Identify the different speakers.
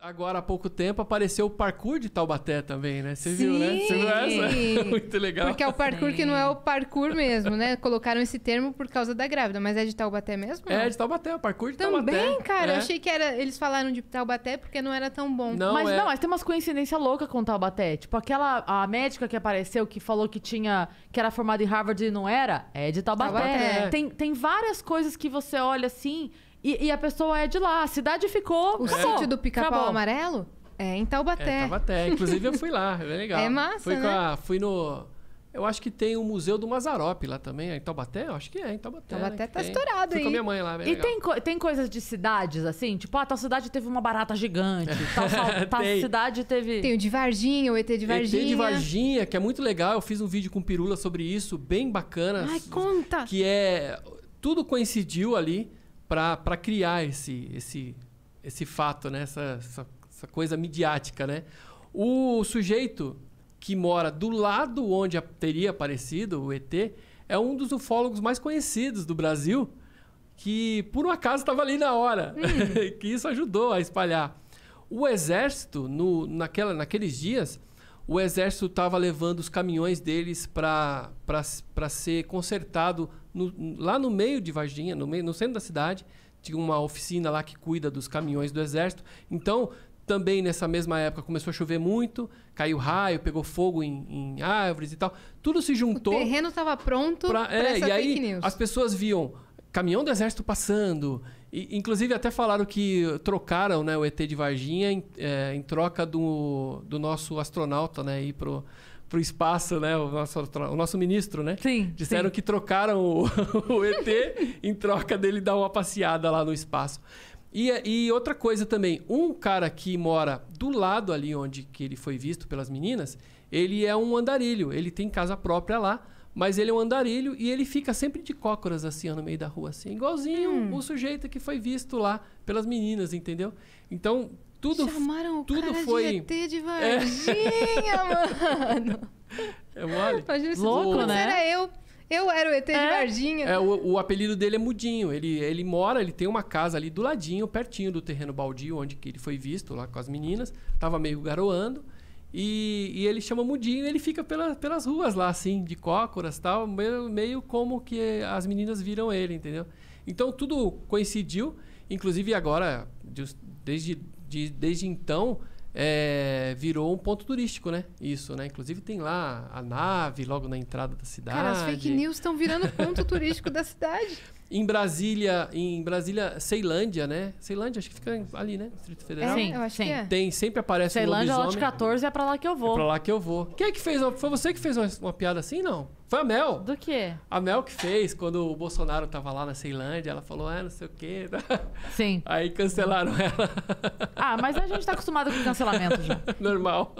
Speaker 1: Agora há pouco tempo apareceu o parkour de Taubaté também, né? Você viu, né? Você viu
Speaker 2: Sim.
Speaker 1: essa? Muito legal.
Speaker 2: Porque é o parkour que não é o parkour mesmo, né? Colocaram esse termo por causa da grávida, mas é de Taubaté mesmo?
Speaker 1: É, de Taubaté, o parkour de Taubaté.
Speaker 2: Também, cara,
Speaker 1: É.
Speaker 2: eu achei que era, eles falaram de Taubaté porque não era tão bom.
Speaker 1: Não,
Speaker 3: mas
Speaker 1: é.
Speaker 3: não, mas tem umas coincidências loucas com o Taubaté. Tipo, aquela a médica que apareceu que falou que tinha que era formada em Harvard e não era, é de Taubaté.
Speaker 2: Taubaté.
Speaker 3: Tem, tem várias coisas que você olha assim e, e a pessoa é de lá. A cidade ficou.
Speaker 2: O
Speaker 3: acabou,
Speaker 2: sítio do pica-pau
Speaker 3: acabou.
Speaker 2: amarelo é em
Speaker 1: É,
Speaker 2: Taubaté.
Speaker 1: Taubaté. Inclusive eu fui lá, é legal.
Speaker 2: É massa,
Speaker 1: fui com
Speaker 2: né?
Speaker 1: a- fui no... Eu acho que tem o Museu do Mazarop lá também, é em Taubaté? Eu acho que é, em Taubaté. né,
Speaker 2: Taubaté
Speaker 1: que
Speaker 2: tá
Speaker 1: tem.
Speaker 2: estourado,
Speaker 1: Fui com
Speaker 2: hein?
Speaker 1: a minha mãe lá, bem
Speaker 3: E
Speaker 1: legal.
Speaker 3: tem, co- tem coisas de cidades, assim? Tipo, ah, tal cidade teve uma barata gigante. Tal, tal- tal
Speaker 1: Tem.
Speaker 3: cidade teve...
Speaker 2: Tem o de Varginha, o ET de Varginha.
Speaker 1: ET de Varginha, que é muito legal. Eu fiz um vídeo com o Pirula sobre isso, bem bacana.
Speaker 2: Ai, conta!
Speaker 1: Que é... Tudo coincidiu ali pra pra criar esse, esse, esse fato, né? Essa, essa, essa coisa midiática, né? O sujeito que mora do lado onde a- teria aparecido o ET é um dos ufólogos mais conhecidos do Brasil, que por um acaso estava ali na hora, que isso ajudou a espalhar. O exército, no, naquela, naqueles dias, o exército estava levando os caminhões deles para ser consertado no- lá no meio de Varginha, no, meio, no centro da cidade. Tinha uma oficina lá que cuida dos caminhões do exército. Então, também nessa mesma época começou a chover muito, caiu raio, pegou fogo em, em árvores e tal. Tudo se
Speaker 2: O
Speaker 1: juntou.
Speaker 2: terreno tava pronto pra,
Speaker 1: Pra- é,
Speaker 2: essa
Speaker 1: e
Speaker 2: fake
Speaker 1: aí
Speaker 2: news.
Speaker 1: as pessoas viam caminhão do exército passando. E, inclusive até falaram que trocaram né, o ET de Varginha em, é, em troca do, do nosso astronauta, né? Ir pro, pro espaço, né? O nosso, astro- o nosso ministro, né?
Speaker 3: Sim,
Speaker 1: Disseram
Speaker 3: sim.
Speaker 1: que trocaram o, o ET em troca dele dar uma passeada lá no espaço. E, e outra coisa também, um cara que mora do lado ali onde que ele foi visto pelas meninas, ele é um andarilho, ele tem casa própria lá, mas ele é um andarilho e ele fica sempre de cócoras assim ó, no meio da rua, assim, igualzinho o sujeito que foi visto lá pelas meninas, entendeu? Então tudo
Speaker 2: Chamaram o
Speaker 1: tudo
Speaker 2: cara
Speaker 1: foi-
Speaker 2: de ET de Varginha, mano.
Speaker 1: é mole.
Speaker 2: Imagina se
Speaker 3: Louco,
Speaker 2: Mas
Speaker 3: né?
Speaker 2: era eu. Eu era o ET de Varginha.
Speaker 1: É, o, o apelido dele é Mudinho. Ele, ele mora, ele tem uma casa ali do ladinho, pertinho do terreno baldio, onde que ele foi visto lá com as meninas. Tava meio garoando. E, e ele chama Mudinho e ele fica pela- pelas ruas lá, assim, de cócoras e tal, meio, meio como que as meninas viram ele, entendeu? Então tudo coincidiu. Inclusive agora, de- desde, de- desde então, é, virou um ponto turístico, né? Isso, né? Inclusive tem lá a nave logo na entrada da cidade.
Speaker 2: Cara, as fake news estão virando ponto turístico da cidade.
Speaker 1: Em Brasília, em Brasília, Ceilândia, né? Ceilândia, acho que fica ali, né? Distrito
Speaker 2: É,
Speaker 1: Federal.
Speaker 3: Sim,
Speaker 2: eu acho
Speaker 3: sim.
Speaker 2: que é.
Speaker 1: Tem, sempre aparece
Speaker 3: Ceilândia,
Speaker 1: um
Speaker 3: lá de
Speaker 1: lobisomem.
Speaker 3: 14, é pra lá que eu
Speaker 1: É
Speaker 3: vou.
Speaker 1: pra lá que eu vou. Quem é que fez? uma- Foi você que fez uma, uma piada assim, não? Foi a Mel.
Speaker 3: Do quê?
Speaker 1: A Mel que fez, quando o Bolsonaro tava lá na Ceilândia, ela falou, ah, não sei o quê.
Speaker 3: Sim.
Speaker 1: Aí cancelaram ela,
Speaker 3: Ah, mas a gente tá acostumado com cancelamento já.
Speaker 1: normal.